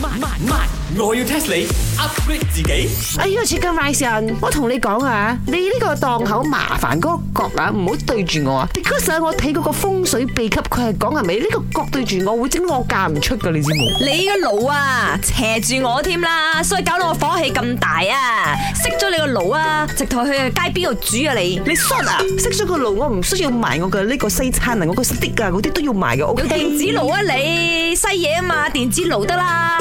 慢慢慢，我要 test 你 upgrade 自己。哎呀，Chicken Rice 人，我同你講啊，你呢個檔口麻煩嗰個角啊，唔好對住我啊。Because 啊我睇嗰個風水秘笈，佢係講係咪呢個角對住我會整到我嫁唔出噶，你知冇？你個爐啊，斜住我添啦，所以搞到我火氣咁大啊！熄咗你個爐啊，直頭去街邊度煮啊你！你 short 啊，熄咗個爐，我唔需要埋我嘅呢個西餐啊，我個 stick 啊嗰啲都要埋嘅。用 OK，電子爐啊你，西嘢啊嘛，電子爐得啦。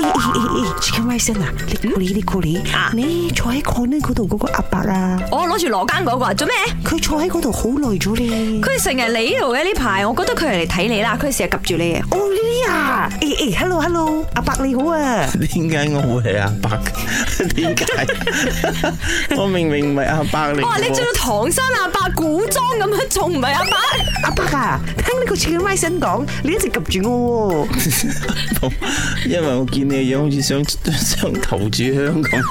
Chicken Rice 人啊，你顧你你顧你，你坐喺 corner 嗰度嗰個阿伯啊，我攞住羅庚嗰個啊，做咩？佢坐喺嗰度好耐咗咧。佢成日嚟呢度嘅呢排，我覺得佢係嚟睇你啦，佢成日及住你嘅。哦呢啲啊，誒誒，hello hello，阿伯你好啊。點解我會係阿伯？ 點解？我明明唔係阿伯嚟嘅哇！哦你着喎。到唐山阿伯古裝咁樣，仲唔係阿伯？阿伯啊，聽呢個 Chicken Rice 人講，你一直及住我喎。因為我見你嘅樣好似想 想投住香咁，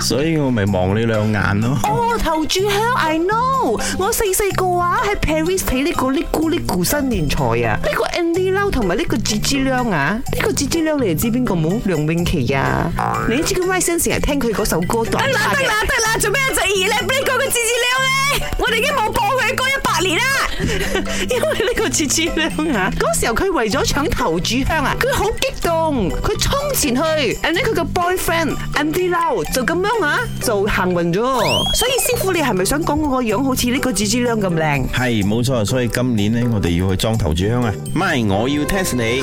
所以我咪望你兩眼咯。哦，頭炷香，I know。我細細個啊，喺 Paris 睇呢個呢咕呢咕新年賽啊，呢個 Andy Lau 同埋呢個 Gigi 梁啊，呢個 Gigi 梁你哋知邊個冇？梁詠琪啊，你知個 Rice 成日聽佢嗰首歌代得啦拍得嘅。啦得啦，做咩啊一隻二咧？俾你講個字字料咧，我哋已經冇播佢歌一百年啦。 因為呢個切切亮啊，嗰時候佢為咗搶頭炷香啊，佢好激動，佢衝前去，and then 佢個 boyfriend Andy Lau 就咁樣啊，就行運咗。所以師傅你係咪想講我個樣好似呢個切切亮咁靚？係冇錯，所以今年呢，我哋要去裝頭炷香啊！唔係，我要 test 你。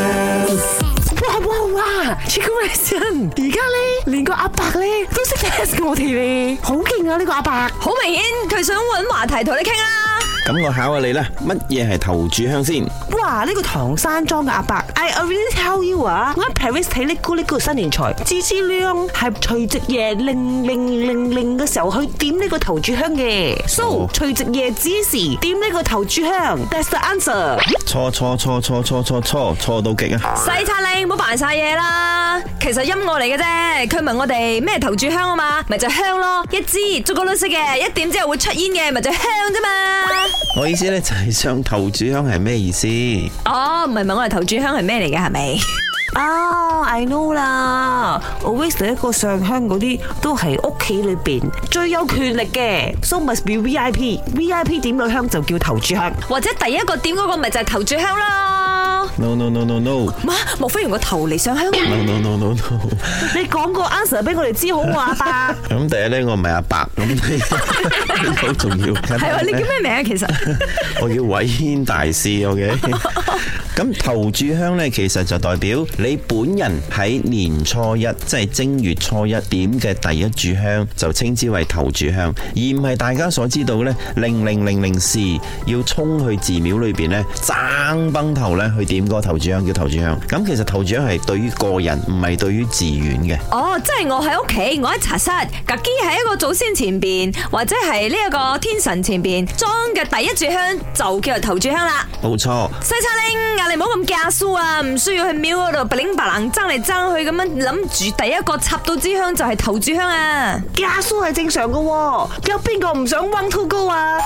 哇哇哇！Chicken Rice 人，而家咧連個阿伯咧都識 test 我哋咧，好勁啊！呢個阿伯，好明顯，佢想揾話題同你傾啦。咁我考下你啦，乜嘢係頭炷香先？哇！呢個唐山莊嘅阿伯，I already tell you 啊，我喺 Paris 睇呢咕呢咕新年財，芝芝亮係除夕夜零零零零嘅時候去點呢個頭炷香嘅，so 哦除夕夜子時點呢個頭炷香，that's the answer。錯錯錯錯錯錯錯錯到極啊！西餐你唔好扮晒嘢啦，其實音樂嚟嘅啫。佢問我哋咩頭炷香啊嘛，咪就香咯，一支朱古力色嘅，一點之後會出煙嘅，咪就香啫嘛。我意思呢，就係上頭炷香係咩意思？哦，唔係問我哋頭炷香係咩嚟嘅係咪？啊、i know 啦，always 第一個上香嗰啲都係屋企裏邊最有權力嘅，so must be VIP。VIP 點咗香就叫頭炷 香。或者第一個點嗰個咪就係頭炷香咯。 No no no no no 媽，莫非用個頭嚟上香？啊 no no no no no！你講個 answer 俾我哋知好唔好啊，阿伯？咁第一咧，我唔係阿伯，咁呢個好重要。 係係喎，你叫咩名啊？其實 我叫偉軒大師，OK。咁頭炷香呢，其實就代表你本人喺年初一，即係正月初一點嘅第一炷香，就稱之為頭炷香，而唔係大家所知道呢，零零零零時要衝去寺廟裏邊呢，爭崩頭呢去點嗰個頭炷香叫頭炷香。咁其實頭炷香係對於個人，唔係對於寺院嘅。哦，即係我喺屋企，我喺茶室，格基喺一個祖先前邊，或者係呢一個天神前邊裝嘅第一炷香，就叫做頭炷香啦。冇錯。西餐拎，嗌你唔好咁架蘇啊，唔需要去廟嗰度白領白冷爭嚟爭去咁樣諗住第一個插到支香就係頭炷香啊！加蘇係正常嘅喎，有邊個唔想 one two go 啊？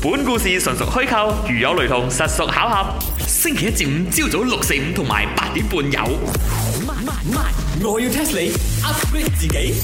本故事純屬虛構，如有雷同，實屬巧合。星期一至五朝早六四五同埋八點半有。我要 test 你 upgrade 自己。